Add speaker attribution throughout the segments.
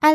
Speaker 1: 艾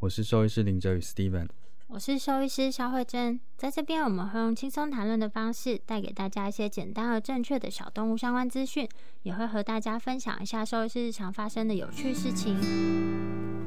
Speaker 2: 我是兽医师林哲宇 Steven。
Speaker 1: 我是兽医师肖慧珍，在这边我们会用轻松谈论的方式，带给大家一些简单而正确的小动物相关资讯，也会和大家分享一下兽医师日常发生的有趣事情。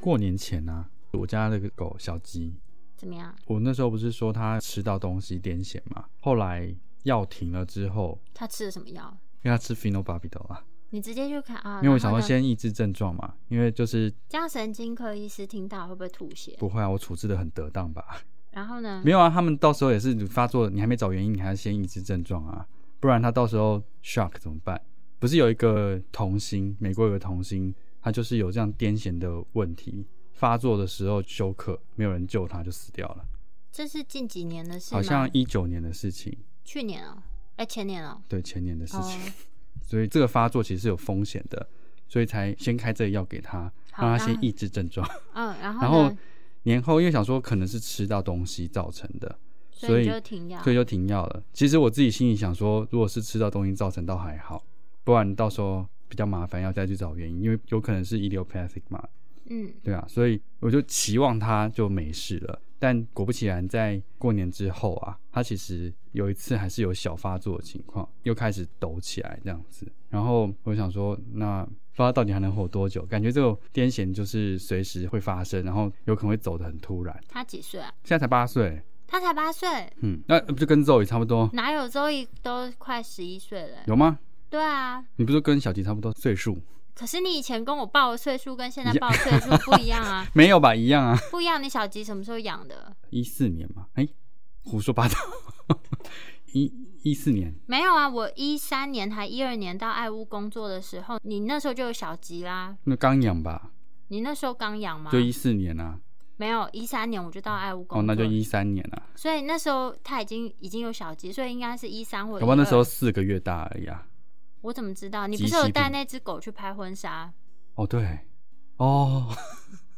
Speaker 2: 过年前啊，我家那个狗小鸡，
Speaker 1: 怎么样？
Speaker 2: 我那时候不是说它吃到东西癫痫嘛，后来药停了之后，
Speaker 1: 它吃了什么药？
Speaker 2: 因为它吃 phenobarbital 啊，
Speaker 1: 你直接去看啊，
Speaker 2: 因为我
Speaker 1: 然
Speaker 2: 想
Speaker 1: 后
Speaker 2: 说
Speaker 1: 呢，
Speaker 2: 先抑制症状嘛，因为就是
Speaker 1: 这样神经科医师听到会不会吐血？
Speaker 2: 不会啊，我处置的很得当吧？
Speaker 1: 然后呢？
Speaker 2: 没有啊，他们到时候也是你发作，你还没找原因，你还要先抑制症状啊，不然他到时候 shock 怎么办？不是有一个童星，美国有个童星，他就是有这样癫痫的问题，发作的时候休克，没有人救他就死掉了，
Speaker 1: 这是近几年的事吗？
Speaker 2: 好像一九年的事情，
Speaker 1: 去年哦、哎、前年哦、
Speaker 2: 对，前年的事情，
Speaker 1: 哦
Speaker 2: 所以这个发作其实是有风险的，所以才先开这个药给他，
Speaker 1: 好
Speaker 2: 让他
Speaker 1: 那
Speaker 2: 先抑制症状，
Speaker 1: 嗯，然后
Speaker 2: 然
Speaker 1: 呢？
Speaker 2: 后年后因为想说可能是吃到东西造成的，
Speaker 1: 所
Speaker 2: 所
Speaker 1: 以
Speaker 2: 以
Speaker 1: 就停药。
Speaker 2: 所以就停药了。其实我自己心里想说，如果是吃到东西造成，倒还好，不然到时候比较麻烦，要再去找原因，因为有可能是 idiopathic 嘛，
Speaker 1: 嗯，
Speaker 2: 对啊，所以我就期望他就没事了。但果不其然，在过年之后啊，他其实有一次还是有小发作的情况，又开始抖起来这样子。然后我想说，那不知道到底还能活多久？感觉这种癫痫就是随时会发生，然后有可能会走得很突然。
Speaker 1: 他几岁啊？
Speaker 2: 现在才八岁，
Speaker 1: 他才八岁，
Speaker 2: 嗯，那不就跟 Zoe 差不多？
Speaker 1: 哪有周易都快十一岁了欸？
Speaker 2: 有吗？
Speaker 1: 对啊，
Speaker 2: 你不是跟小吉差不多岁数？
Speaker 1: 可是你以前跟我报的岁数跟现在报的岁数不一样啊，
Speaker 2: 没有吧？一样啊，
Speaker 1: 不一样。你小吉什么时候养的？
Speaker 2: 一四年嘛。哎、胡说八道， 一一四年
Speaker 1: 没有啊，我一三年还一二年到爱屋工作的时候，你那时候就有小吉啦。
Speaker 2: 那刚养吧，
Speaker 1: 你那时候刚养吗？
Speaker 2: 就一四年啊。
Speaker 1: 没有，一三年我就到爱屋工作，
Speaker 2: 哦，那就一三年啊，
Speaker 1: 所以那时候他已经已经有小吉，所以应该是一三或
Speaker 2: 搞不好那
Speaker 1: 12
Speaker 2: 时候四个月大而已啊。
Speaker 1: 我怎么知道？你
Speaker 2: 即
Speaker 1: 不是有
Speaker 2: 期
Speaker 1: 带
Speaker 2: 品
Speaker 1: 那只狗去拍婚纱？
Speaker 2: 哦，对，哦，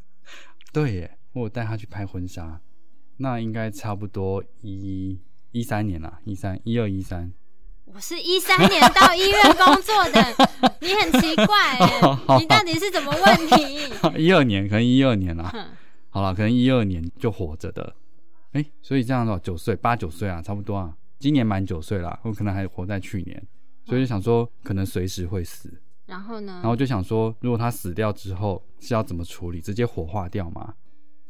Speaker 2: 对耶，我有带他去拍婚纱，那应该差不多一一三年啦，一三一二一三。
Speaker 1: 我是一三年到医院工作 的，你很奇怪、欸，你到底是怎么问题？
Speaker 2: 一二年，可能一二年啦、啊
Speaker 1: 哼
Speaker 2: 好了，可能一二年就活着的。哎、所以这样的话，九岁八九岁啊，差不多啊。今年满九岁啦，我可能还活在去年，所以就想说可能随时会死。
Speaker 1: 然后呢
Speaker 2: 然？后就想说，如果他死掉之后是要怎么处理？直接火化掉吗？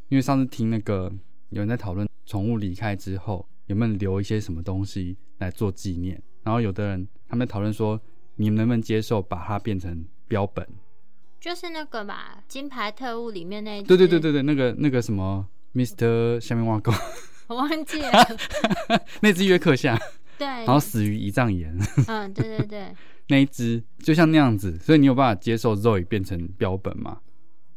Speaker 2: 因为上次听那个有人在讨论，宠物离开之后有没有留一些什么东西来做纪念？然后有的人他们在讨论说，你们能不能接受把它变成标本？
Speaker 1: 就是那个吧，《金牌特务》里面那一只，
Speaker 2: 对对对，对对，那个那个什么 Mr. 下面挖沟
Speaker 1: 我忘记了。
Speaker 2: 那只约克夏，
Speaker 1: 对，
Speaker 2: 然后死于胰脏炎
Speaker 1: 嗯，对对对，
Speaker 2: 那一只，就像那样子，所以你有办法接受 Zoe 变成标本吗？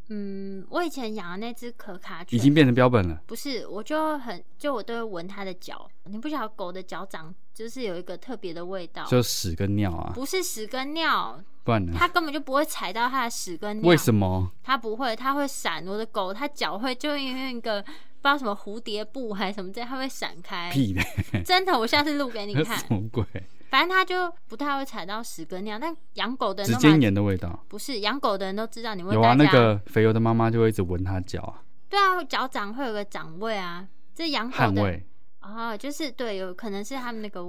Speaker 1: 嗯，我以前养的那只可卡犬
Speaker 2: 已经变成标本了。
Speaker 1: 不是，我就很就我都会闻它的脚，你不晓得狗的脚长就是有一个特别的味道，
Speaker 2: 就屎跟尿啊，
Speaker 1: 不是屎跟尿，
Speaker 2: 不然呢？
Speaker 1: 它根本就不会踩到它的屎跟尿。
Speaker 2: 为什么？
Speaker 1: 它不会，它会闪。我的狗，它脚会就因为一个不知道什么蝴蝶步还是什么这样，它会闪开。
Speaker 2: 屁嘞！
Speaker 1: 真的，我下次录哎给你看
Speaker 2: 什。么鬼？
Speaker 1: 反正它就不太会踩到屎跟尿，但养狗的人
Speaker 2: 指
Speaker 1: 都
Speaker 2: 尖
Speaker 1: 蛮
Speaker 2: 炎的味道。
Speaker 1: 不是养狗的人都知道，你问
Speaker 2: 有
Speaker 1: 大
Speaker 2: 啊，
Speaker 1: 家、
Speaker 2: 那个肥油的妈妈就会一直闻他脚啊，
Speaker 1: 对啊，脚掌会有个掌味啊，这养狗
Speaker 2: 汗
Speaker 1: 的
Speaker 2: 味。
Speaker 1: 哦，就是对，有可能是他们那个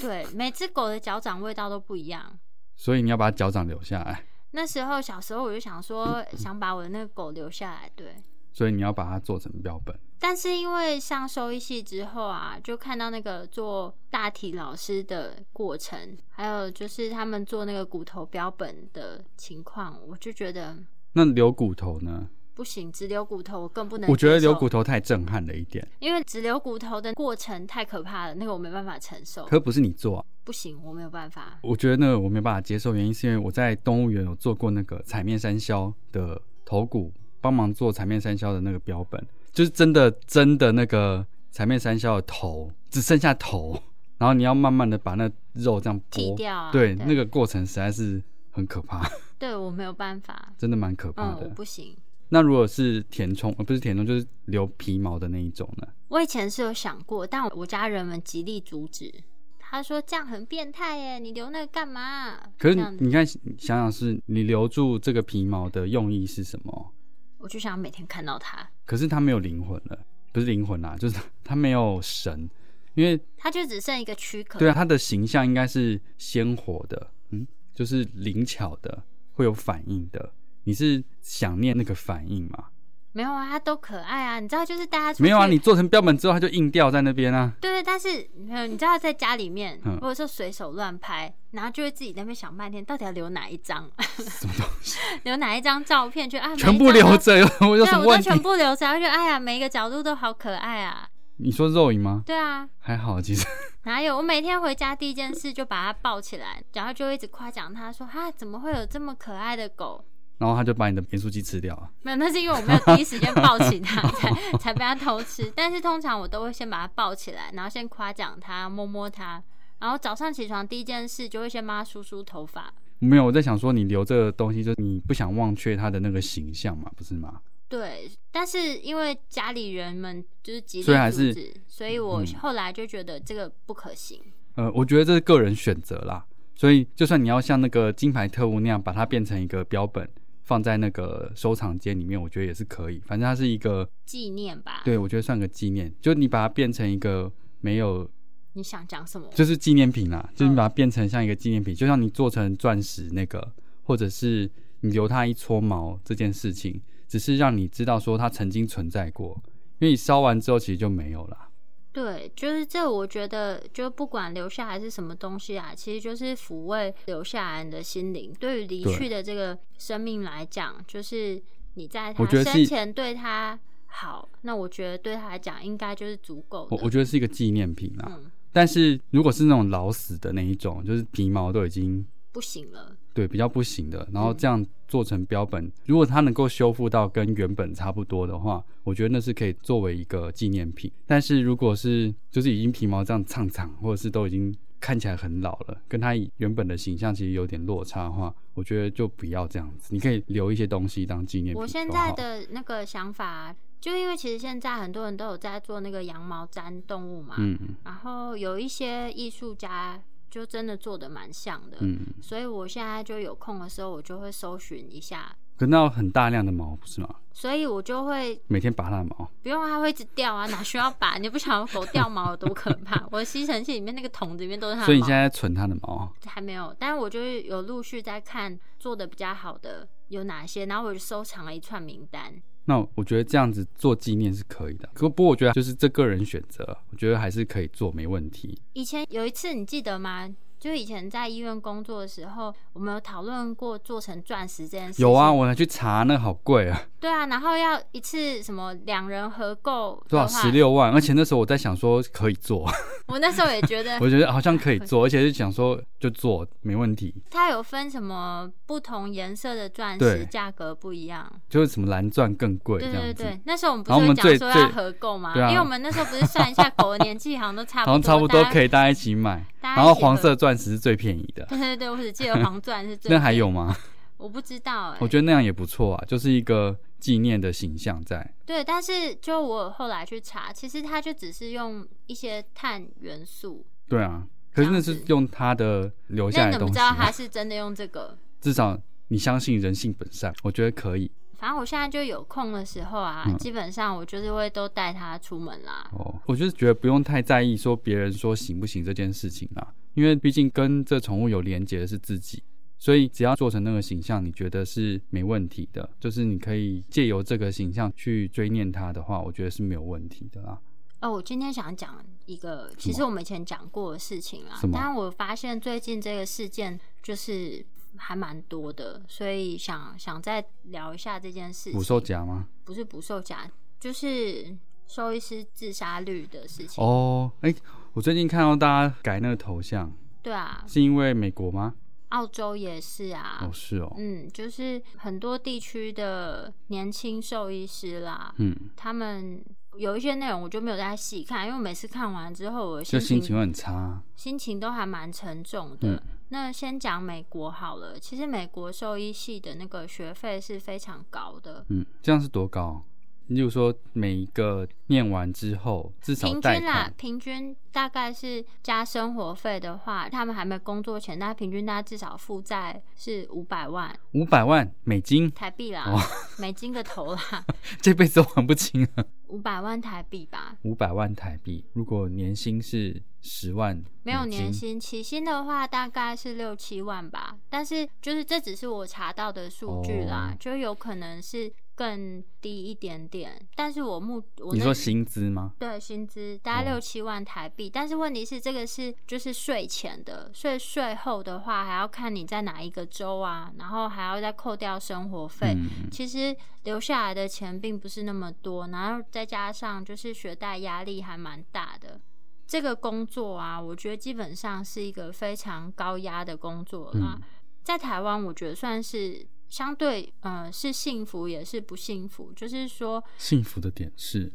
Speaker 1: 对每只狗的脚掌味道都不一样。
Speaker 2: 所以你要把脚掌留下来，
Speaker 1: 那时候小时候我就想说，想把我的那个狗留下来，对。
Speaker 2: 所以你要把它做成标本。
Speaker 1: 但是因为上兽医系之后啊，就看到那个做大体老师的过程，还有就是他们做那个骨头标本的情况，我就觉得
Speaker 2: 那留骨头呢？
Speaker 1: 不行，只留骨头我更不能。
Speaker 2: 我觉得留骨，头太震撼了一点，
Speaker 1: 因为只留骨头的过程太可怕了，那个我没办法承受。
Speaker 2: 可不哦是你做啊、
Speaker 1: 不行，我没有办法。
Speaker 2: 我觉得那个我没办法接受，原因是因为我在动物园有做过那个彩面山魈的头骨，帮忙做彩面山魈的那个标本，就是真的真的那个彩面山魈的头只剩下头，然后你要慢慢的把那肉这样
Speaker 1: 剃
Speaker 2: 剥
Speaker 1: 掉啊
Speaker 2: 对，
Speaker 1: 对
Speaker 2: 那个过程实在是很可怕，
Speaker 1: 对我没有办法，
Speaker 2: 真的蛮可怕
Speaker 1: 嗯，我
Speaker 2: 的。
Speaker 1: 不行。
Speaker 2: 那如果是填充，呃，不是填充，就是留皮毛的那一种呢？
Speaker 1: 我以前是有想过，但我家人们极力阻止。他说这样很变态耶，你留那个干嘛？
Speaker 2: 可是
Speaker 1: 这样子
Speaker 2: 你看，想想是你留住这个皮毛的用意是什么？
Speaker 1: 我就想每天看到他，
Speaker 2: 可是他没有灵魂了，不是灵魂啦、就是他没有神，因为
Speaker 1: 他就只剩一个躯壳。
Speaker 2: 对啊，他的形象应该是鲜活的，嗯，就是灵巧的，会有反应的。你是想念那个反应吗？
Speaker 1: 没有啊，他都可爱啊，你知道，就是大家出去
Speaker 2: 没有啊，你做成标本之后，它就硬掉在那边啊。
Speaker 1: 对对，但是没有，你知道在家里面，
Speaker 2: 嗯
Speaker 1: 或者说随手乱拍，然后就会自己在那边想半天，到底要留哪一张，
Speaker 2: 什么东西？
Speaker 1: 留哪一张照片，就啊，
Speaker 2: 全
Speaker 1: 每一
Speaker 2: 部
Speaker 1: 张
Speaker 2: 留
Speaker 1: 都。
Speaker 2: 着，有什 么有
Speaker 1: 对
Speaker 2: 什，么
Speaker 1: 我
Speaker 2: 问
Speaker 1: 都
Speaker 2: 题？
Speaker 1: 全部留着，而且哎呀，每一个角度都好可爱啊！
Speaker 2: 你说肉影吗？
Speaker 1: 对啊，
Speaker 2: 还好，其实
Speaker 1: 哪有？我每天回家第一件事就把它抱起来，然后就一直夸奖它，说啊，怎么会有这么可爱的狗？
Speaker 2: 然后他就把你的盐酥鸡吃掉啊。
Speaker 1: 没有，那是因为我没有第一时间抱起它， 才才被它偷吃。但是通常我都会先把它抱起来，然后先夸奖它，摸摸它，然后早上起床第一件事就会先帮它梳梳头发。
Speaker 2: 没有，我在想说，你留这个东西，就是你不想忘却它的那个形象嘛，不是吗？
Speaker 1: 对，但是因为家里人们就是极力
Speaker 2: 所以还
Speaker 1: 阻
Speaker 2: 是
Speaker 1: 止，所以我
Speaker 2: 嗯
Speaker 1: 后来就觉得这个不可行。
Speaker 2: 呃，我觉得这是个人选择啦。所以，就算你要像那个金牌特务那样，把它变成一个标本，放在那个收藏间里面，我觉得也是可以。反正它是一个，
Speaker 1: 纪念吧，
Speaker 2: 对我觉得算个纪念。就你把它变成一个没有，
Speaker 1: 你想讲什么？
Speaker 2: 就是纪念品啦，就是你把它变成像一个纪念品，就像你做成钻石那个，或者是你留它一撮毛这件事情，只是让你知道说它曾经存在过。因为你烧完之后，其实就没有啦。
Speaker 1: 对，就是这，我觉得就不管留下来是什么东西啊，其实就是抚慰留下来的心灵。对于离
Speaker 2: 对
Speaker 1: 去的这个生命来讲，就是你在他
Speaker 2: 我觉得
Speaker 1: 生
Speaker 2: 是
Speaker 1: 前对他好，那我觉得对他来讲应该就是足够的。
Speaker 2: 我我觉得是一个纪念品啦。
Speaker 1: 嗯，
Speaker 2: 但是如果是那种老死的那一种，就是皮毛都已经
Speaker 1: 不行了，
Speaker 2: 对比较不行的，然后
Speaker 1: 嗯
Speaker 2: 这样做成标本，如果它能够修复到跟原本差不多的话，我觉得那是可以作为一个纪念品。但是如果是就是已经皮毛这样苍苍，或者是都已经看起来很老了，跟它原本的形象其实有点落差的话，我觉得就不要这样子。你可以留一些东西当纪念品就好。
Speaker 1: 我现在的那个想法啊、就因为其实现在很多人都有在做那个羊毛毡动物嘛，
Speaker 2: 嗯
Speaker 1: 然后有一些艺术家就真的做的蛮像的，
Speaker 2: 嗯，
Speaker 1: 所以我现在就有空的时候，我就会搜寻一下，
Speaker 2: 可那有很大量的毛不是吗？
Speaker 1: 所以我就会
Speaker 2: 每天拔它的毛。
Speaker 1: 不用它会一直掉啊，哪需要拔？你不想要狗掉毛有多可怕？我的吸尘器里面那个桶子里面都是它的毛，
Speaker 2: 所以你现在在存它的毛，
Speaker 1: 还没有，但是我就是有陆续在看做的比较好的有哪些，然后我就收藏了一串名单。
Speaker 2: 那我觉得这样子做纪念是可以的。可不过我觉得就是这个人选择，我觉得还是可以做，没问题。
Speaker 1: 以前有一次你记得吗？就以前在医院工作的时候，我们有讨论过做成钻石这件事情。
Speaker 2: 有啊，我还去查，那好贵啊，
Speaker 1: 对啊，然后要一次什么两人合购
Speaker 2: 多少
Speaker 1: 的话
Speaker 2: 十？六万？而且那时候我在想说可以做，啊
Speaker 1: 我那时候也觉得
Speaker 2: 我觉得好像可以做，而且就想说就做没问题，
Speaker 1: 它有分什么不同颜色的钻石，
Speaker 2: 对
Speaker 1: 价格不一样。
Speaker 2: 就是什么蓝钻更贵这
Speaker 1: 对
Speaker 2: 样
Speaker 1: 对
Speaker 2: 子。
Speaker 1: 对，那时候我们不
Speaker 2: 然后
Speaker 1: 是
Speaker 2: 我
Speaker 1: 有
Speaker 2: 们
Speaker 1: 讲
Speaker 2: 最
Speaker 1: 说
Speaker 2: 最
Speaker 1: 要合购吗？
Speaker 2: 对啊
Speaker 1: 因为我们那时候不是算一下狗的年纪，好像都差不
Speaker 2: 好像差不多可
Speaker 1: 以。
Speaker 2: 以，大家一起买。
Speaker 1: 大家
Speaker 2: 然后
Speaker 1: 一起合
Speaker 2: 黄色钻石是最便宜的，
Speaker 1: 对对对，我只记得黄钻是最。
Speaker 2: 那还有？吗？
Speaker 1: 我不知道哎、
Speaker 2: 我觉得那样也不错啊，就是一个纪念的形象在。
Speaker 1: 对，但是就我后来去查，其实它就只是用一些碳元素，
Speaker 2: 对啊，可是那
Speaker 1: 这
Speaker 2: 是
Speaker 1: 样子
Speaker 2: 用它的留
Speaker 1: 那
Speaker 2: 下来
Speaker 1: 你
Speaker 2: 的
Speaker 1: 怎么
Speaker 2: 东
Speaker 1: 知
Speaker 2: 西
Speaker 1: 道
Speaker 2: 啊。
Speaker 1: 它是真的用这个？
Speaker 2: 至少你相信人性本善，我觉得可以
Speaker 1: 反正我现在就有空的时候啊，
Speaker 2: 嗯
Speaker 1: 基本上我就是会都带它出门啦。
Speaker 2: 哦。我就是觉得不用太在意说别人说行不行这件事情啦，因为毕竟跟这宠物有连结的是自己。所以只要做成那个形象，你觉得是没问题的，就是你可以借由这个形象去追念它的话，我觉得是没有问题的啦。
Speaker 1: 哦，我今天想讲一个，其实我们以前讲过的事情啦
Speaker 2: 什，么
Speaker 1: 但我发现最近这个事件就是还蛮多的，所以想想再聊一下这件事情。
Speaker 2: 捕兽夹吗？
Speaker 1: 不是不售假，就是兽医师自杀率的事情。
Speaker 2: 哦，哎、我最近看到大家改那个头像，
Speaker 1: 对啊，
Speaker 2: 是因为美国吗？
Speaker 1: 澳洲也是啊。
Speaker 2: 哦，是哦，
Speaker 1: 嗯，就是很多地区的年轻兽医师啦，
Speaker 2: 嗯，
Speaker 1: 他们有一些内容我就没有再细看，因为我每次看完之后，我的心
Speaker 2: 就心
Speaker 1: 情
Speaker 2: 情会很差。啊
Speaker 1: 心情都还蛮沉重的。
Speaker 2: 嗯
Speaker 1: 那先讲美国好了，其实美国兽医系的那个学费是非常高的，
Speaker 2: 嗯，这样是多高？例如说，每一个念完之后，至少
Speaker 1: 平
Speaker 2: 贷
Speaker 1: 均啦
Speaker 2: 款，
Speaker 1: 平均大概是加生活费的话，他们还没工作前，那平均大家至少负债是五百万
Speaker 2: 五百万美金，
Speaker 1: 台币啦，
Speaker 2: 哦
Speaker 1: 美金个头啦，
Speaker 2: 这辈子都还不清了。
Speaker 1: 五百万台币吧。
Speaker 2: 五百万台币，如果年薪是十万，
Speaker 1: 没有年，薪，起薪的话大概是六七万吧，但是就是这只是我查到的数据啦，
Speaker 2: 哦
Speaker 1: 就有可能是更低一点点。但是我目我
Speaker 2: 你
Speaker 1: 那
Speaker 2: 说薪资吗？
Speaker 1: 对薪资大概
Speaker 2: 哦
Speaker 1: 六七万台币，但是问题是这个是就是税前的，所以税后的话还要看你在哪一个州啊，然后还要再扣掉生活费。
Speaker 2: 嗯，
Speaker 1: 其实留下来的钱并不是那么多，然后再加上就是学贷压力还蛮大的。这个工作啊，我觉得基本上是一个非常高压的工作啦。
Speaker 2: 嗯
Speaker 1: 在台湾，我觉得算是相对，呃，是幸福也是不幸福。就是说，
Speaker 2: 幸福的点是，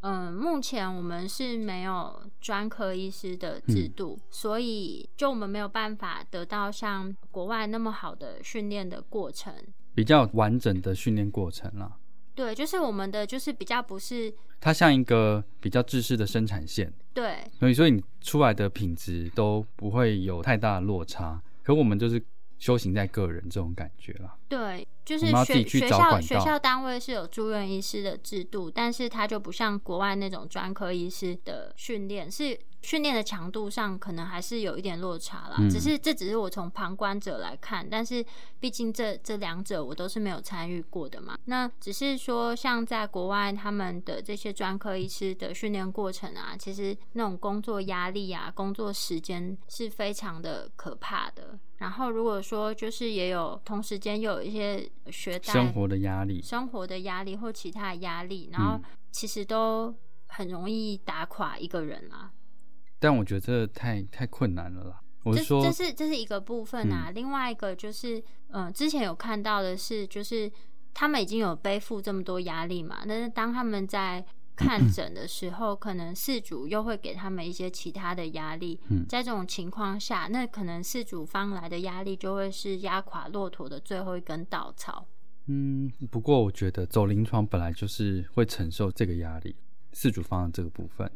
Speaker 1: 嗯，目前我们是没有专科医师的制
Speaker 2: 嗯
Speaker 1: 度，所以就我们没有办法得到像国外那么好的训练的过程。
Speaker 2: 比较完整的训练过程啦。
Speaker 1: 对，就是我们的就是比较不是
Speaker 2: 它像一个比较制式的生产线，
Speaker 1: 对
Speaker 2: 所以所以你出来的品质都不会有太大的落差。可我们就是修行在个人这种感觉啦。
Speaker 1: 对，就是
Speaker 2: 我们要自
Speaker 1: 学
Speaker 2: 己去
Speaker 1: 学
Speaker 2: 找
Speaker 1: 校
Speaker 2: 管
Speaker 1: 学
Speaker 2: 道
Speaker 1: 校单位是有住院医师的制度，但是它就不像国外那种专科医师的训练，是训练的强度上可能还是有一点落差啦。
Speaker 2: 嗯
Speaker 1: 只是这只是我从旁观者来看，但是毕竟这这两者我都是没有参与过的嘛。那只是说，像在国外他们的这些专科医师的训练过程啊，其实那种工作压力啊、工作时间是非常的可怕的。然后如果说就是也有同时间又有一些学贷
Speaker 2: 生活的压力，
Speaker 1: 生活的压力或其他的压力，
Speaker 2: 嗯
Speaker 1: 然后其实都很容易打垮一个人啊。
Speaker 2: 但我觉得这太太困难了啦。我是
Speaker 1: 这
Speaker 2: 说嗯
Speaker 1: 这，是这是一个部分啊，另外一个就是，嗯、之前有看到的是，就是他们已经有背负这么多压力嘛，但是当他们在看诊的时候，可能事主又会给他们一些其他的压力，
Speaker 2: 嗯
Speaker 1: 在这种情况下，那可能事主方来的压力就会是压垮骆驼的最后一根稻草。
Speaker 2: 嗯，不过我觉得走临床本来就是会承受这个压力，四主方案这个部分，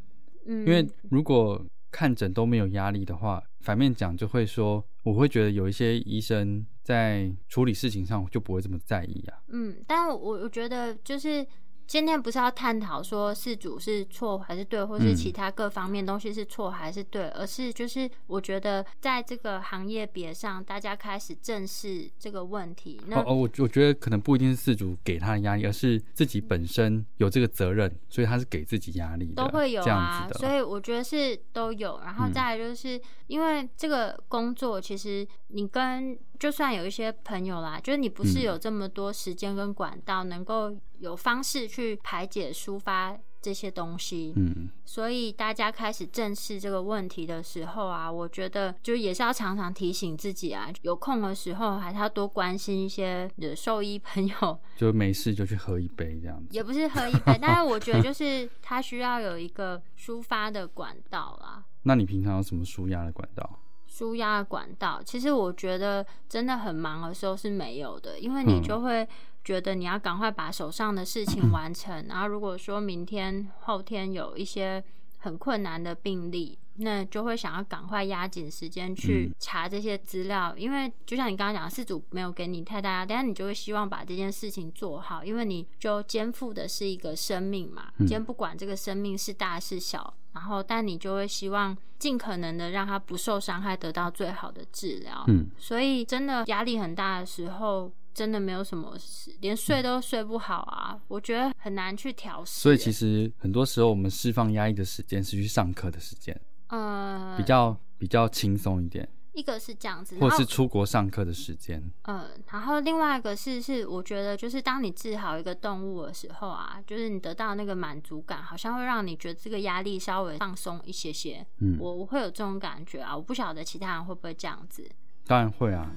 Speaker 1: 嗯，
Speaker 2: 因为如果看诊都没有压力的话，反面讲就会说，我会觉得有一些医生在处理事情上就不会这么在意啊。
Speaker 1: 嗯，但我我觉得就是今天不是要探讨说事主是错还是对，或是
Speaker 2: 嗯
Speaker 1: 其他各方面东西是错还是对，而是就是我觉得在这个行业别上，大家开始正视这个问题。那
Speaker 2: 哦哦，我我觉得可能不一定是事主给他的压力，而是自己本身有这个责任，所以他是给自己压力的，
Speaker 1: 都会有
Speaker 2: 这样
Speaker 1: 啊
Speaker 2: 子，的。
Speaker 1: 所以我觉得是都有。然后
Speaker 2: 嗯
Speaker 1: 再来就是、因为这个工作，其实你跟就算有一些朋友啦，就是你不是
Speaker 2: 嗯
Speaker 1: 有这么多时间跟管道，能够有方式去排解、抒发这些东西。
Speaker 2: 嗯，
Speaker 1: 所以大家开始正视这个问题的时候啊，我觉得就也是要常常提醒自己啊，有空的时候还是要多关心一些你的兽医朋友，
Speaker 2: 就没事就去喝一杯这样子。
Speaker 1: 也不是 喝一杯，但是我觉得就是他需要有一个抒发的管道啊啦。
Speaker 2: 那你平常有什么舒压的管道？
Speaker 1: 舒压的管道，其实我觉得真的很忙的时候是没有的，因为你
Speaker 2: 嗯
Speaker 1: 就会觉得你要赶快把手上的事情完成，然后如果说明天、后天有一些很困难的病例，那就会想要赶快压紧时间去
Speaker 2: 嗯
Speaker 1: 查这些资料，因为就像你刚刚讲，事主没有给你太大压力，但是你就会希望把这件事情做好，因为你就肩负的是一个生命嘛，
Speaker 2: 嗯
Speaker 1: 先不管这个生命是大是小，然后但你就会希望尽可能的让它不受伤害，得到最好的治疗。
Speaker 2: 嗯，
Speaker 1: 所以真的压力很大的时候，真的没有什么事，连睡都睡不好啊，我觉得很难去调试。
Speaker 2: 所以其实很多时候我们释放压力的时间是去上课的时间，
Speaker 1: 呃，
Speaker 2: 比较比较轻松一点，
Speaker 1: 一个是这样子，
Speaker 2: 或
Speaker 1: 然
Speaker 2: 者
Speaker 1: 后
Speaker 2: 是出国上课的时间。
Speaker 1: 嗯，然后另外一个是，是我觉得就是当你治好一个动物的时候啊，就是你得到那个满足感，好像会让你觉得这个压力稍微放松一些些。
Speaker 2: 嗯，
Speaker 1: 我我会有这种感觉啊，我不晓得其他人会不会这样子。
Speaker 2: 当然会啊。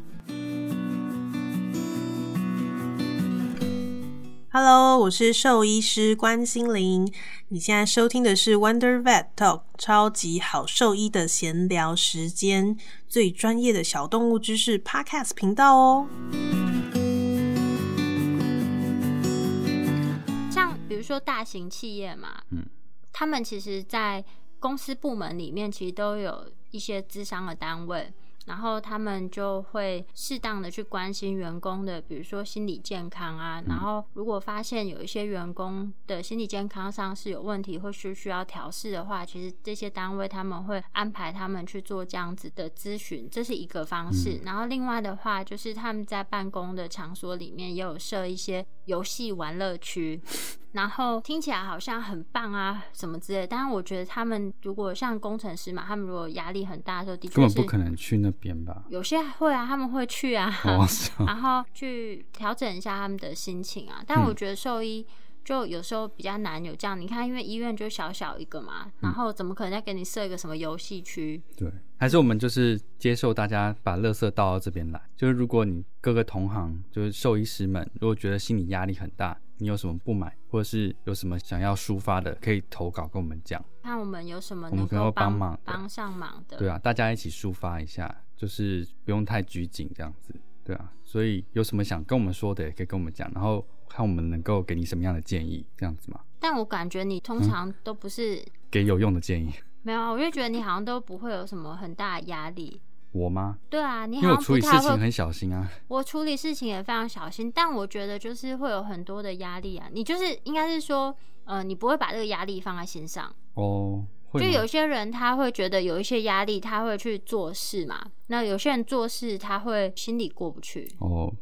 Speaker 3: Hello，我是兽医师关心玲。你现在收听的是 Wonder Vet Talk 超级好兽医的闲聊时间，最专业的小动物知识 Podcast 频道哦。
Speaker 1: 像比如说大型企业嘛，
Speaker 2: 嗯，
Speaker 1: 他们其实，在公司部门里面，其实都有一些资商的单位，然后他们就会适当的去关心员工的，比如说心理健康啊，然后如果发现有一些员工的心理健康上是有问题，或是需要调试的话，其实这些单位他们会安排他们去做这样子的咨询，这是一个方式。然后另外的话，就是他们在办公的场所里面也有设一些游戏玩乐区。然后听起来好像很棒啊，什么之类。但是我觉得他们如果像工程师嘛，他们如果压力很大的时候，的确
Speaker 2: 根本
Speaker 1: 是
Speaker 2: 不可能去那边吧？
Speaker 1: 有些会啊，他们会去啊，
Speaker 2: 哦，是 啊
Speaker 1: 然后去调整一下他们的心情啊。但我
Speaker 2: 嗯
Speaker 1: 觉得兽医就有时候比较难有这样，你看，因为医院就小小一个嘛，
Speaker 2: 嗯
Speaker 1: 然后怎么可能再给你设一个什么游戏区？
Speaker 2: 对，还是我们就是接受大家把垃圾倒到这边来。就是如果你各个同行，就是兽医师们，如果觉得心理压力很大，你有什么不满，或者是有什么想要抒发的，可以投稿跟我们讲。
Speaker 1: 看我们有什么
Speaker 2: 我们
Speaker 1: 能
Speaker 2: 可能
Speaker 1: 够
Speaker 2: 会帮
Speaker 1: 帮
Speaker 2: 忙的
Speaker 1: 帮上忙的。
Speaker 2: 对啊，大家一起抒发一下，就是不用太拘谨这样子。对啊，所以有什么想跟我们说的，也可以跟我们讲，然后看我们能够给你什么样的建议，这样子嘛，
Speaker 1: 但我感觉你
Speaker 2: 嗯
Speaker 1: 通常都不是、
Speaker 2: 给有用的建议。
Speaker 1: 没有啊，我就觉得你好像都不会有什么很大的压力。
Speaker 2: 我吗？
Speaker 1: 对啊，你
Speaker 2: 因
Speaker 1: 好
Speaker 2: 为我
Speaker 1: 像
Speaker 2: 处
Speaker 1: 不
Speaker 2: 理事
Speaker 1: 太
Speaker 2: 情
Speaker 1: 会
Speaker 2: 很小心啊。
Speaker 1: 我处理事情也非常小心，但我觉得就是会有很多的压力啊。你就是应该是说，呃，你不会把这个压力放在心上。
Speaker 2: 哦，会
Speaker 1: 就
Speaker 2: 吗
Speaker 1: 有些人他会觉得有一些压力，他会去做事嘛。那有些人做事他会心里过不去。
Speaker 2: 哦，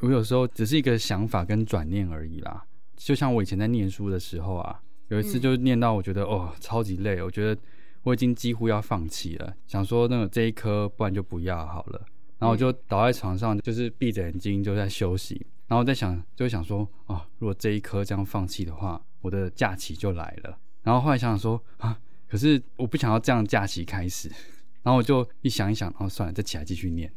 Speaker 2: 我有时候只是一个想法跟转念而已啦。就像我以前在念书的时候啊，有一次
Speaker 1: 嗯
Speaker 2: 就念到我觉得、哦超级累，我觉得我已经几乎要放弃了，想说那个这一科不然就不要好了。然后我就倒在床上，就是闭着眼睛就在休息。然后我在想，就会想说哦，如果这一科这样放弃的话，我的假期就来了。然后后来想想说啊，可是我不想要这样假期开始。 然后我就一想一想，哦，算了，再起来继续念。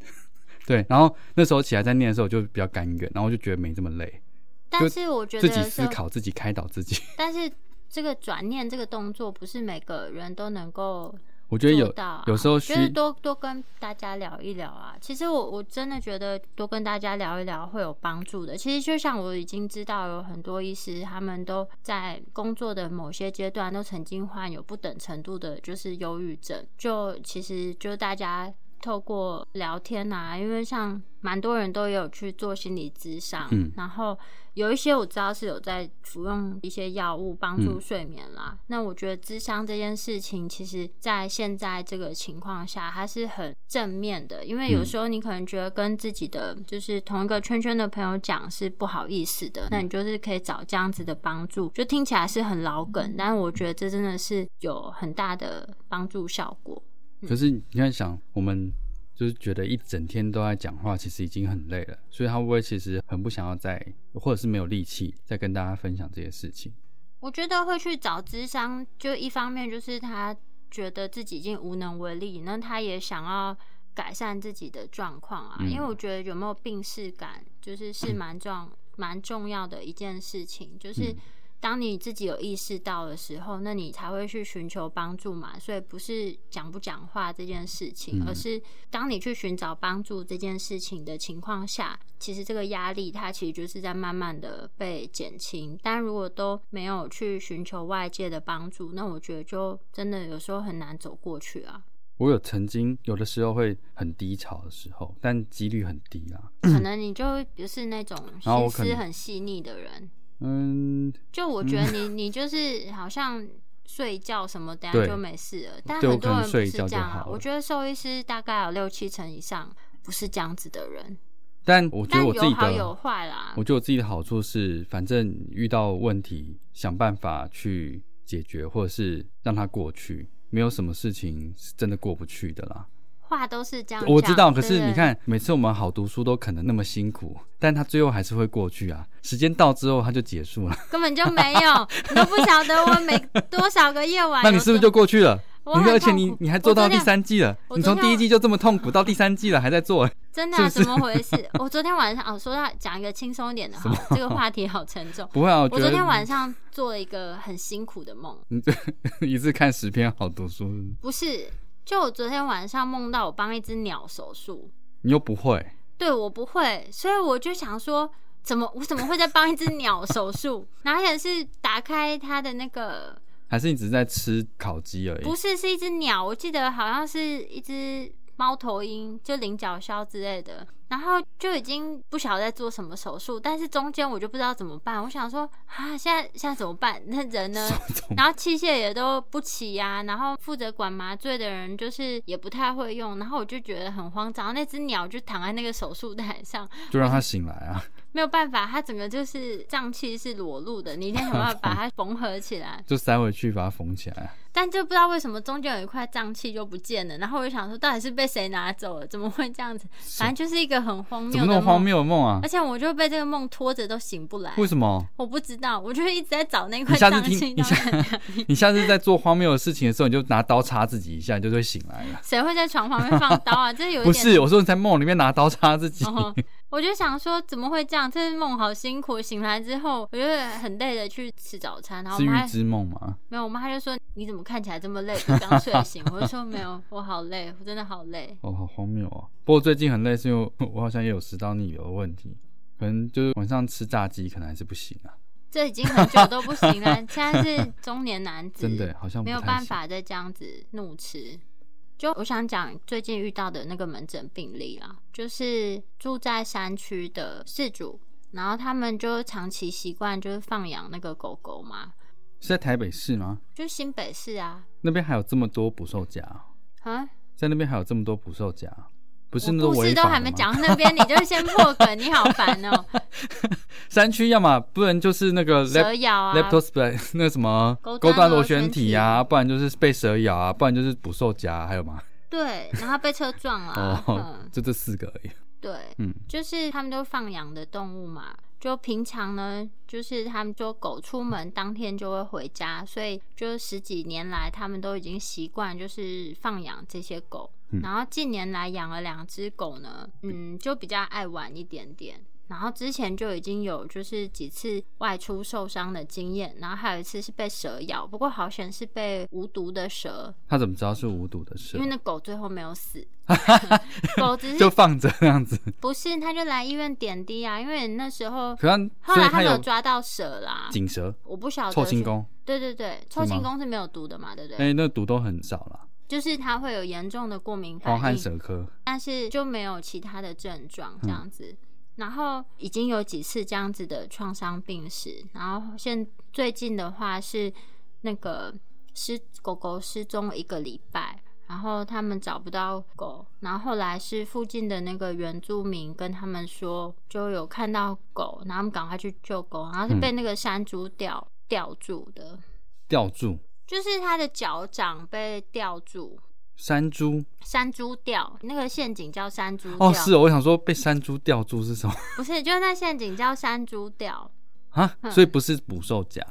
Speaker 2: 对，然后那时候起来在念的时候，我就比较甘愿，然后我就觉得没这么累，
Speaker 1: 但是我觉得
Speaker 2: 自己思
Speaker 1: 这
Speaker 2: 考、自己开导自己。
Speaker 1: 但是这个转念这个动作不是每个人都能够
Speaker 2: 我觉得有
Speaker 1: 做到、啊。
Speaker 2: 有时候需
Speaker 1: 就是多多跟大家聊一聊啊。其实我我真的觉得多跟大家聊一聊会有帮助的。其实就像我已经知道有很多医师，他们都在工作的某些阶段都曾经患有不等程度的，就是忧郁症。就其实就大家。透过聊天啊，因为像蛮多人都有去做心理咨商，
Speaker 2: 嗯
Speaker 1: 然后有一些我知道是有在服用一些药物帮助
Speaker 2: 嗯
Speaker 1: 睡眠啦。那我觉得智商这件事情，其实在现在这个情况下，它是很正面的，因为有
Speaker 2: 嗯
Speaker 1: 时候你可能觉得跟自己的就是同一个圈圈的朋友讲是不好意思
Speaker 2: 嗯
Speaker 1: 的，那你就是可以找这样子的帮助，就听起来是很老
Speaker 2: 嗯
Speaker 1: 梗，但是我觉得这真的是有很大的帮助效果。
Speaker 2: 可是你看想，我们就是觉得一整天都在讲话，其实已经很累了，所以他会不会其实很不想要再，或者是没有力气再跟大家分享这些事情？
Speaker 1: 我觉得会去找智商，就一方面就是他觉得自己已经无能为力，那他也想要改善自己的状况啊。
Speaker 2: 嗯
Speaker 1: 因为我觉得有没有病视感，就是是蛮重蛮重要的一件事情，就是
Speaker 2: 嗯。
Speaker 1: 当你自己有意识到的时候，那你才会去寻求帮助嘛。所以不是讲不讲话这件事情，
Speaker 2: 嗯
Speaker 1: 而是当你去寻找帮助这件事情的情况下，其实这个压力它其实就是在慢慢的被减轻。但如果都没有去寻求外界的帮助，那我觉得就真的有时候很难走过去 啊。
Speaker 2: 我有曾经有的时候会很低潮的时候，但几率很低啦。
Speaker 1: 可能你就不是那种
Speaker 2: 然后
Speaker 1: 心
Speaker 2: 我可
Speaker 1: 思
Speaker 2: 能
Speaker 1: 很细腻的人，
Speaker 2: 嗯，
Speaker 1: 就我觉得你你就是好像睡觉什么，等下
Speaker 2: 对
Speaker 1: 就没事了。但
Speaker 2: 对我
Speaker 1: 很多
Speaker 2: 可能
Speaker 1: 人不
Speaker 2: 睡
Speaker 1: 是
Speaker 2: 一觉
Speaker 1: 这
Speaker 2: 就
Speaker 1: 样啊
Speaker 2: 好，了
Speaker 1: 我觉得兽医师大概有六七成以上不是这样子的人，
Speaker 2: 但我觉
Speaker 1: 但
Speaker 2: 得我自
Speaker 1: 有
Speaker 2: 己
Speaker 1: 好
Speaker 2: 的
Speaker 1: 有坏啦
Speaker 2: 我。觉得我自己的好处是，反正遇到问题想办法去解决，或者是让它过去，没有什么事情是真的过不去的啦。
Speaker 1: 话都是这样讲，
Speaker 2: 我知道，可
Speaker 1: 对
Speaker 2: 是
Speaker 1: 对
Speaker 2: 你看，每次我们好读书都可能那么辛苦，但它最后还是会过去啊。时间到之后，它就结束了。
Speaker 1: 根本就没 有，你都不晓得我每多少个夜晚有多。
Speaker 2: 那你是不是就过去了？
Speaker 1: 哎我很
Speaker 2: 你而且
Speaker 1: 痛
Speaker 2: 你
Speaker 1: 苦
Speaker 2: 你还
Speaker 1: 我
Speaker 2: 做到
Speaker 1: 昨
Speaker 2: 第
Speaker 1: 天
Speaker 2: 三季了，
Speaker 1: 我
Speaker 2: 你
Speaker 1: 昨
Speaker 2: 从
Speaker 1: 天
Speaker 2: 第一季就这么痛苦到第三季了，还在做，
Speaker 1: 真的、
Speaker 2: 是
Speaker 1: 啊？
Speaker 2: 不是
Speaker 1: 怎么回事？我昨天晚上哦，说到讲一个轻松一点的好了，这个话题好沉重。
Speaker 2: 不会啊？我
Speaker 1: 我
Speaker 2: 觉
Speaker 1: 昨
Speaker 2: 得
Speaker 1: 天晚上做了一个很辛苦的梦，
Speaker 2: 一次看十篇好读书，
Speaker 1: 不是，就我昨天晚上梦到我帮一只鸟手术，
Speaker 2: 你又不会，
Speaker 1: 对我不会，所以我就想说，怎么我怎么会在帮一只鸟手术？然后而且是打开它的那个，
Speaker 2: 还是你只是在吃烤鸡而已？
Speaker 1: 不是是一只鸟，我记得好像是一只猫头鹰，就菱角鸮之类的。然后就已经不晓得在做什么手术，但是中间我就不知道怎么办。我想说啊，现在现在怎么办？那人 呢？然后器械也都不齐呀、然后负责管麻醉的人就是也不太会用，然后我就觉得很慌张。那只鸟就躺在那个手术台上，
Speaker 2: 就让他醒来啊！
Speaker 1: 没有办法，它整个就是脏器是裸露的，你一定想办法把它缝合起来。
Speaker 2: 就塞回去，把它缝起来。啊
Speaker 1: 但就不知道为什么中间有一块脏器就不见了，然后我就想说，到底是被谁拿走了？怎么会这样子？反正就是一个很荒
Speaker 2: 怎
Speaker 1: 谬
Speaker 2: 么那
Speaker 1: 的
Speaker 2: 么荒
Speaker 1: 梦，
Speaker 2: 谬的梦啊
Speaker 1: 而？且我就被这个梦拖着都醒不来。
Speaker 2: 为 什么？
Speaker 1: 我不知道，我就一直在找那块
Speaker 2: 你下次
Speaker 1: 脏
Speaker 2: 听
Speaker 1: 器
Speaker 2: 你
Speaker 1: 到
Speaker 2: 下
Speaker 1: 底。
Speaker 2: 你下次在做荒谬的事情的时候，你就拿刀插自己一下，你就会醒来了。
Speaker 1: 谁会在床旁边放刀啊？这有一
Speaker 2: 不
Speaker 1: 点
Speaker 2: 是，我说你在梦里面拿刀插自己，
Speaker 1: 哦，我就想说怎么会这样？这是梦好辛苦，醒来之后我就很累的去吃早餐，然后我
Speaker 2: 是
Speaker 1: 妈
Speaker 2: 预知梦吗？
Speaker 1: 没有，我妈就说你怎么看起来这么累，不刚睡醒？我就说没有，我好累，我真的好累。
Speaker 2: 哦，好荒谬哦！不过最近很累，是因为 我我好像也有食道逆流的问题，可能就是晚上吃炸鸡可能还是不行啊。
Speaker 1: 这已经很久都不行了，现在是中年男子，
Speaker 2: 真的好像不
Speaker 1: 没有
Speaker 2: 太
Speaker 1: 办
Speaker 2: 行
Speaker 1: 法再这样子怒吃。就我想讲最近遇到的那个门诊病例啦，就是住在山区的事主，然后他们就长期习惯就是放养那个狗狗嘛，
Speaker 2: 是在台北市吗？
Speaker 1: 就新北市啊，
Speaker 2: 那边还有这么多捕兽夹哦，
Speaker 1: 啊，
Speaker 2: 在那边还有这么多捕兽夹哦，不是那
Speaker 1: 我故
Speaker 2: 违
Speaker 1: 事都
Speaker 2: 法
Speaker 1: 还
Speaker 2: 的
Speaker 1: 没
Speaker 2: 吗
Speaker 1: 讲到那边，你就先破梗，你好烦 哦、
Speaker 2: 山区要么不然就是那个 lap-
Speaker 1: 蛇咬啊
Speaker 2: l a p t o s p l a 那什么
Speaker 1: 钩端
Speaker 2: 钩端
Speaker 1: 螺
Speaker 2: 螺
Speaker 1: 旋
Speaker 2: 旋
Speaker 1: 体
Speaker 2: 体啊，不然就是被蛇咬啊，不然就是捕兽夹啊，还有吗？
Speaker 1: 对，然后被车撞了、啊，
Speaker 2: 哦
Speaker 1: 嗯，，
Speaker 2: 就这四个而已。
Speaker 1: 对，
Speaker 2: 嗯，
Speaker 1: 就是他们都放养的动物嘛。就平常呢，就是他们说狗出门当天就会回家，所以就十几年来他们都已经习惯就是放养这些狗。
Speaker 2: 嗯
Speaker 1: 然后近年来养了两只狗呢，嗯，就比较爱玩一点点。然后之前就已经有就是几次外出受伤的经验，然后还有一次是被蛇咬，不过好险是被无毒的蛇，
Speaker 2: 他怎么知道是无毒的蛇
Speaker 1: 因为？那狗最后没有 死， 狗只是
Speaker 2: 就放着那样子，
Speaker 1: 不是，他就来医院点滴啊，因为那时候
Speaker 2: 可能
Speaker 1: 后
Speaker 2: 所
Speaker 1: 来
Speaker 2: 以
Speaker 1: 他
Speaker 2: 他
Speaker 1: 们有
Speaker 2: 有
Speaker 1: 抓到蛇啦，
Speaker 2: 锦蛇、
Speaker 1: 我不晓得
Speaker 2: 臭青
Speaker 1: 是，
Speaker 2: 宫，
Speaker 1: 对对对，臭
Speaker 2: 是
Speaker 1: 青
Speaker 2: 吗
Speaker 1: 宫是没有毒的嘛，对不对？
Speaker 2: 哎，那毒都很少啦。
Speaker 1: 就是它会有严重的过敏反
Speaker 2: 黄
Speaker 1: 应，
Speaker 2: 汗蛇科，
Speaker 1: 但是嗯就没有其他的症状这样子。然后已经有几次这样子的创伤病史，然后现最近的话是那个失狗狗失踪一个礼拜，然后他们找不到狗，然后后来是附近的那个原住民跟他们说，就有看到狗，然后他们赶快去救狗，然后是被那个山猪吊吊住的，
Speaker 2: 吊柱、
Speaker 1: 就是它的脚掌被吊住。
Speaker 2: 山猪。
Speaker 1: 山猪吊，那个陷阱叫山猪吊。
Speaker 2: 哦，是哦，我想说被山猪吊住是 什么
Speaker 1: 不是，就是那陷阱叫山猪吊，
Speaker 2: 啊？
Speaker 1: 嗯
Speaker 2: 所以不是捕兽夹，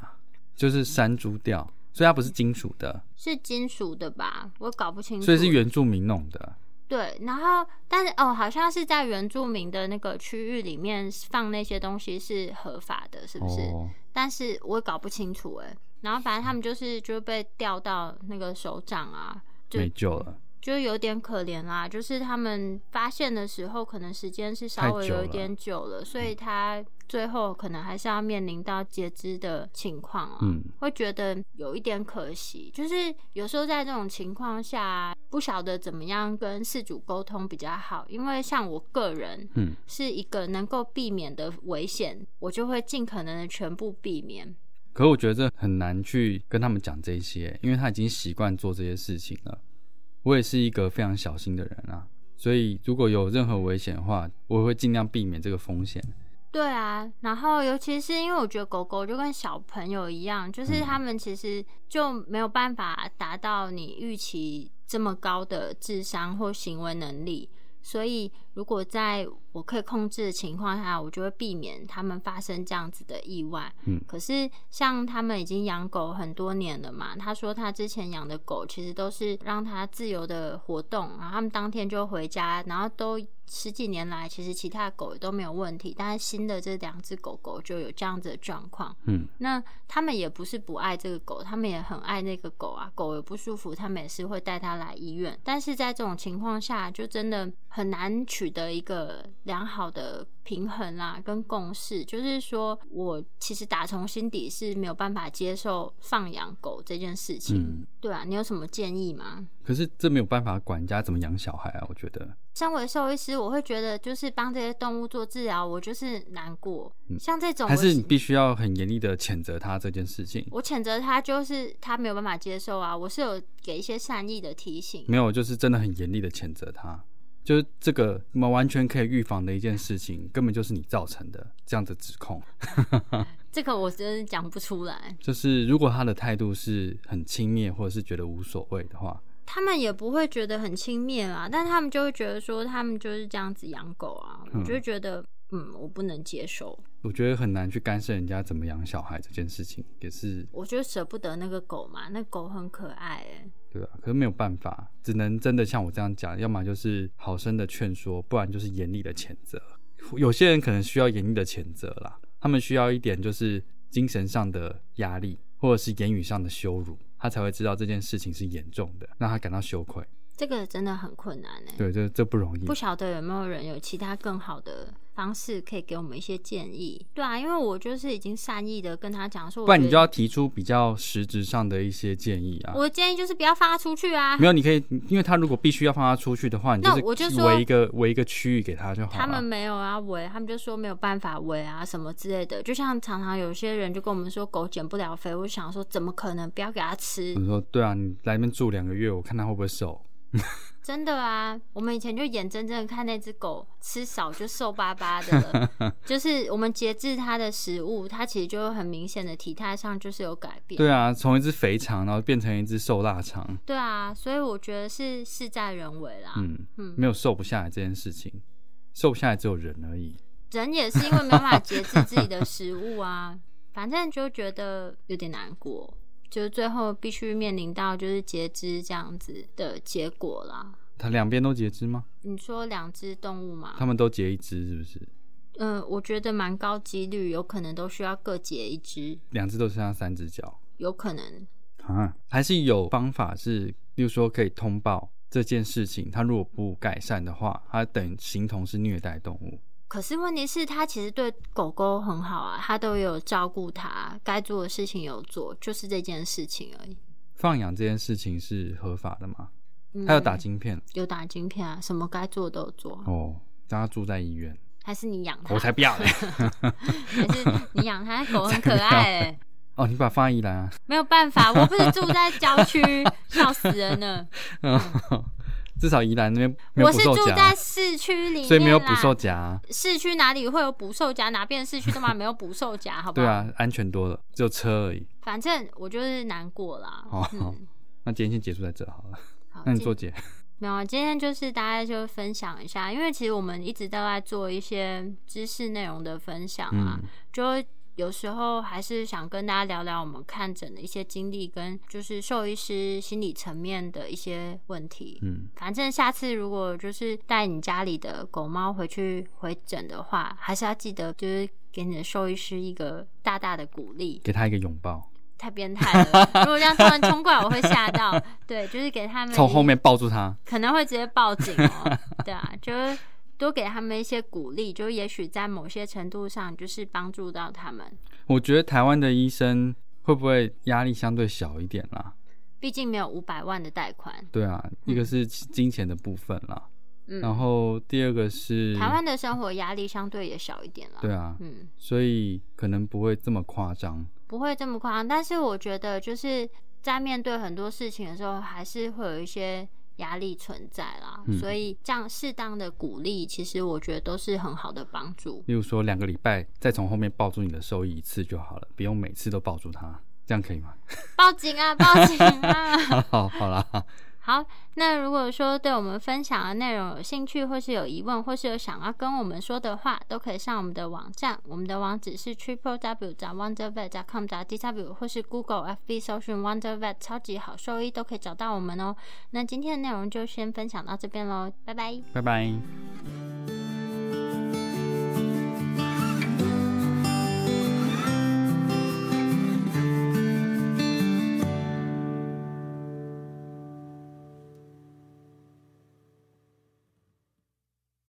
Speaker 2: 就是山猪吊，所以它不是金属的，
Speaker 1: 是金属的吧？我搞不清楚。
Speaker 2: 所以是原住民弄的。
Speaker 1: 对，然后但是哦，好像是在原住民的那个区域里面放那些东西是合法的，是不是？
Speaker 2: 哦，
Speaker 1: 但是我也搞不清楚哎、然后反正他们就是就被吊到那个手掌啊，就
Speaker 2: 没救了。
Speaker 1: 就有点可怜啦。就是他们发现的时候，可能时间是稍
Speaker 2: 太
Speaker 1: 微
Speaker 2: 久
Speaker 1: 有一
Speaker 2: 了嗯
Speaker 1: 点久了，所以他最后可能还是要面临到截肢的情况啊。
Speaker 2: 嗯，
Speaker 1: 会觉得有一点可惜，就是有时候在这种情况下，不晓得怎么样跟事主沟通比较好。因为像我个人，
Speaker 2: 嗯，
Speaker 1: 是一个能够避免的危险，我就会尽可能的全部避免。
Speaker 2: 可我觉得这很难去跟他们讲这些，因为他已经习惯做这些事情了。我也是一个非常小心的人啊，所以如果有任何危险的话，我会尽量避免这个风险。
Speaker 1: 对啊，然后尤其是因为我觉得狗狗就跟小朋友一样，就是他们其实就没有办法达到你预期这么高的智商或行为能力，所以如果在我可以控制的情况下，我就会避免他们发生这样子的意外。
Speaker 2: 嗯
Speaker 1: 可是像他们已经养狗很多年了嘛，他说他之前养的狗其实都是让它自由的活动，然后他们当天就回家，然后都十几年来其实其他的狗都没有问题，但是新的这两只狗狗就有这样子的状况。
Speaker 2: 嗯，
Speaker 1: 那他们也不是不爱这个狗，他们也很爱那个狗啊，狗也不舒服，他们也是会带它来医院。但是在这种情况下，就真的很难取得一个良好的平衡啦，跟共识。就是说我其实打从心底是没有办法接受放养狗这件事情。
Speaker 2: 嗯
Speaker 1: 对啊，你有什么建议吗？
Speaker 2: 可是这没有办法管人家怎么养小孩啊，我觉得。
Speaker 1: 身为兽医师，我会觉得就是帮这些动物做治疗，我就是难过。像这种
Speaker 2: 嗯还
Speaker 1: 我
Speaker 2: 是你必须要很严厉的谴责他这件事情。
Speaker 1: 我谴责他，就是他没有办法接受啊。我是有给一些善意的提醒，
Speaker 2: 没有，就是真的很严厉的谴责他，就是这个我们完全可以预防的一件事情，根本就是你造成的这样的指控。
Speaker 1: 这个我真的讲不出来。
Speaker 2: 就是如果他的态度是很轻蔑，或者是觉得无所谓的话，
Speaker 1: 他们也不会觉得很轻蔑啦，但他们就会觉得说他们就是这样子养狗啊，
Speaker 2: 嗯
Speaker 1: 我就会觉得嗯，我不能接受，
Speaker 2: 我觉得很难去干涉人家怎么养小孩这件事情，也是
Speaker 1: 我就舍不得那个狗嘛，那狗很可爱哎、
Speaker 2: 对啊。可是没有办法，只能真的像我这样讲，要么就是好生的劝说，不然就是严厉的谴责。有些人可能需要严厉的谴责啦，他们需要一点就是精神上的压力，或者是言语上的羞辱，他才会知道这件事情是严重的，让他感到羞愧。
Speaker 1: 这个真的很困难哎、
Speaker 2: 对，这这不容易
Speaker 1: 不。晓得有没有人有其他更好的方式可以给我们一些建议？对啊，因为我就是已经善意的跟他讲说，我
Speaker 2: 不然你
Speaker 1: 觉
Speaker 2: 就
Speaker 1: 得
Speaker 2: 要提出比较实质上的一些建议啊。
Speaker 1: 我的建议就是不要放他出去啊，
Speaker 2: 没有，你可以，因为他如果必须要放他出去的话，你
Speaker 1: 那
Speaker 2: 是
Speaker 1: 我就说
Speaker 2: 围一个围一个区域给他就好了。
Speaker 1: 他们没有啊围，他们就说没有办法围啊什么之类的。就像常常有些人就跟我们说狗减不了肥，我想说怎么可能？不要给它吃，
Speaker 2: 你说对啊，你来那边住两个月，我看他会不会瘦。
Speaker 1: 真的啊！我们以前就眼睁睁的看那只狗吃少就瘦巴巴的 了，就是我们节制它的食物，它其实就会很明显的体态上就是有改变。
Speaker 2: 对啊，从一只肥肠，然后变成一只瘦腊肠，
Speaker 1: 对啊，所以我觉得是事在人为啦。
Speaker 2: 嗯，
Speaker 1: 嗯
Speaker 2: 没有瘦不下来这件事情，瘦不下来只有人而已。
Speaker 1: 人也是因为没有办法节制自己的食物啊，反正就觉得有点难过，就是最后必须面临到就是截肢这样子的结果啦。
Speaker 2: 他两边都截肢吗？
Speaker 1: 你说两只动物嘛
Speaker 2: 他，们都截一只是不是？
Speaker 1: 嗯、我觉得蛮高几率，有可能都需要各截一只，
Speaker 2: 两只都剩下三只脚
Speaker 1: 有可能
Speaker 2: 啊，还是有方法是，例如说可以通报这件事情，他如果不改善的话，他等形同是虐待动物。
Speaker 1: 可是问题是，他其实对狗狗很好啊，他都有照顾它，该做的事情有做，就是这件事情而已。
Speaker 2: 放养这件事情是合法的吗？
Speaker 1: 嗯
Speaker 2: 他有打晶片、
Speaker 1: 有打晶片啊，什么该做的都有做，
Speaker 2: 哦，让他住在医院，
Speaker 1: 还是你养它？
Speaker 2: 我才不要 嘞！
Speaker 1: 还是你养它狗很可爱、欸，
Speaker 2: 哦，你把它放在宜兰啊？
Speaker 1: 没有办法，我不是住在郊区，笑死人了。
Speaker 2: 至少宜兰那边没
Speaker 1: 嗯
Speaker 2: 有
Speaker 1: 我
Speaker 2: 捕
Speaker 1: 是
Speaker 2: 兽
Speaker 1: 住
Speaker 2: 夹
Speaker 1: 在
Speaker 2: 啊，
Speaker 1: 市区里面啦，
Speaker 2: 所以没有捕兽夹啊。
Speaker 1: 市区哪里会有捕兽夹？哪边的市区都嘛没有捕兽夹，好不
Speaker 2: 对
Speaker 1: 好？，
Speaker 2: 啊，安全多了，只有车而已。
Speaker 1: 反正我就是难过啦。
Speaker 2: 好好
Speaker 1: 嗯，
Speaker 2: 那今天先结束在这哦好了。
Speaker 1: 好
Speaker 2: 那你
Speaker 1: 今
Speaker 2: 做结，
Speaker 1: 没有，啊今天就是大家就分享一下，因为其实我们一直都在做一些知识内容的分享啊，
Speaker 2: 嗯
Speaker 1: 就有时候还是想跟大家聊聊我们看诊的一些经历，跟就是兽医师心理层面的一些问题。
Speaker 2: 嗯，
Speaker 1: 反正下次如果就是带你家里的狗猫回去回诊的话，还是要记得就是给你的兽医师一个大大的鼓励。
Speaker 2: 给他一个拥抱，
Speaker 1: 太变态了！ 如果让他们冲过来，我会吓到。对，就是给他们
Speaker 2: 从后
Speaker 1: 一
Speaker 2: 面抱住他。
Speaker 1: 可能会直接报警 哦。对啊，就是多给他们一些鼓励，就也许在某些程度上就是帮助到他们。
Speaker 2: 我觉得台湾的医生会不会压力相对小一点啦？
Speaker 1: 毕竟没有五百万的贷款，
Speaker 2: 对啊，一个是金钱的部分啦，
Speaker 1: 嗯，
Speaker 2: 然后第二个是
Speaker 1: 台湾的生活压力相对也小一点了。
Speaker 2: 对啊，
Speaker 1: 嗯，
Speaker 2: 所以可能不会这么夸张。
Speaker 1: 不会这么夸张，但是我觉得就是在面对很多事情的时候，还是会有一些压力存在啦。
Speaker 2: 嗯
Speaker 1: 所以这样适当的鼓励，其实我觉得都是很好的帮助。
Speaker 2: 例如说两个礼拜再从后面抱住你的收益一次就好了，不用每次都抱住它，这样可以吗？
Speaker 1: 报警啊，报警啊！
Speaker 2: 好，好啦，
Speaker 1: 好，那如果说对我们分享的内容有兴趣，或是有疑问，或是有想要跟我们说的话，都可以上我们的网站，我们的网址是 triple w wondervet com d w 或是 Google FB 搜寻 Wondervet 超级好兽医，都可以找到我们哦。那今天的内容就先分享到这边喽，拜拜。
Speaker 2: 拜拜。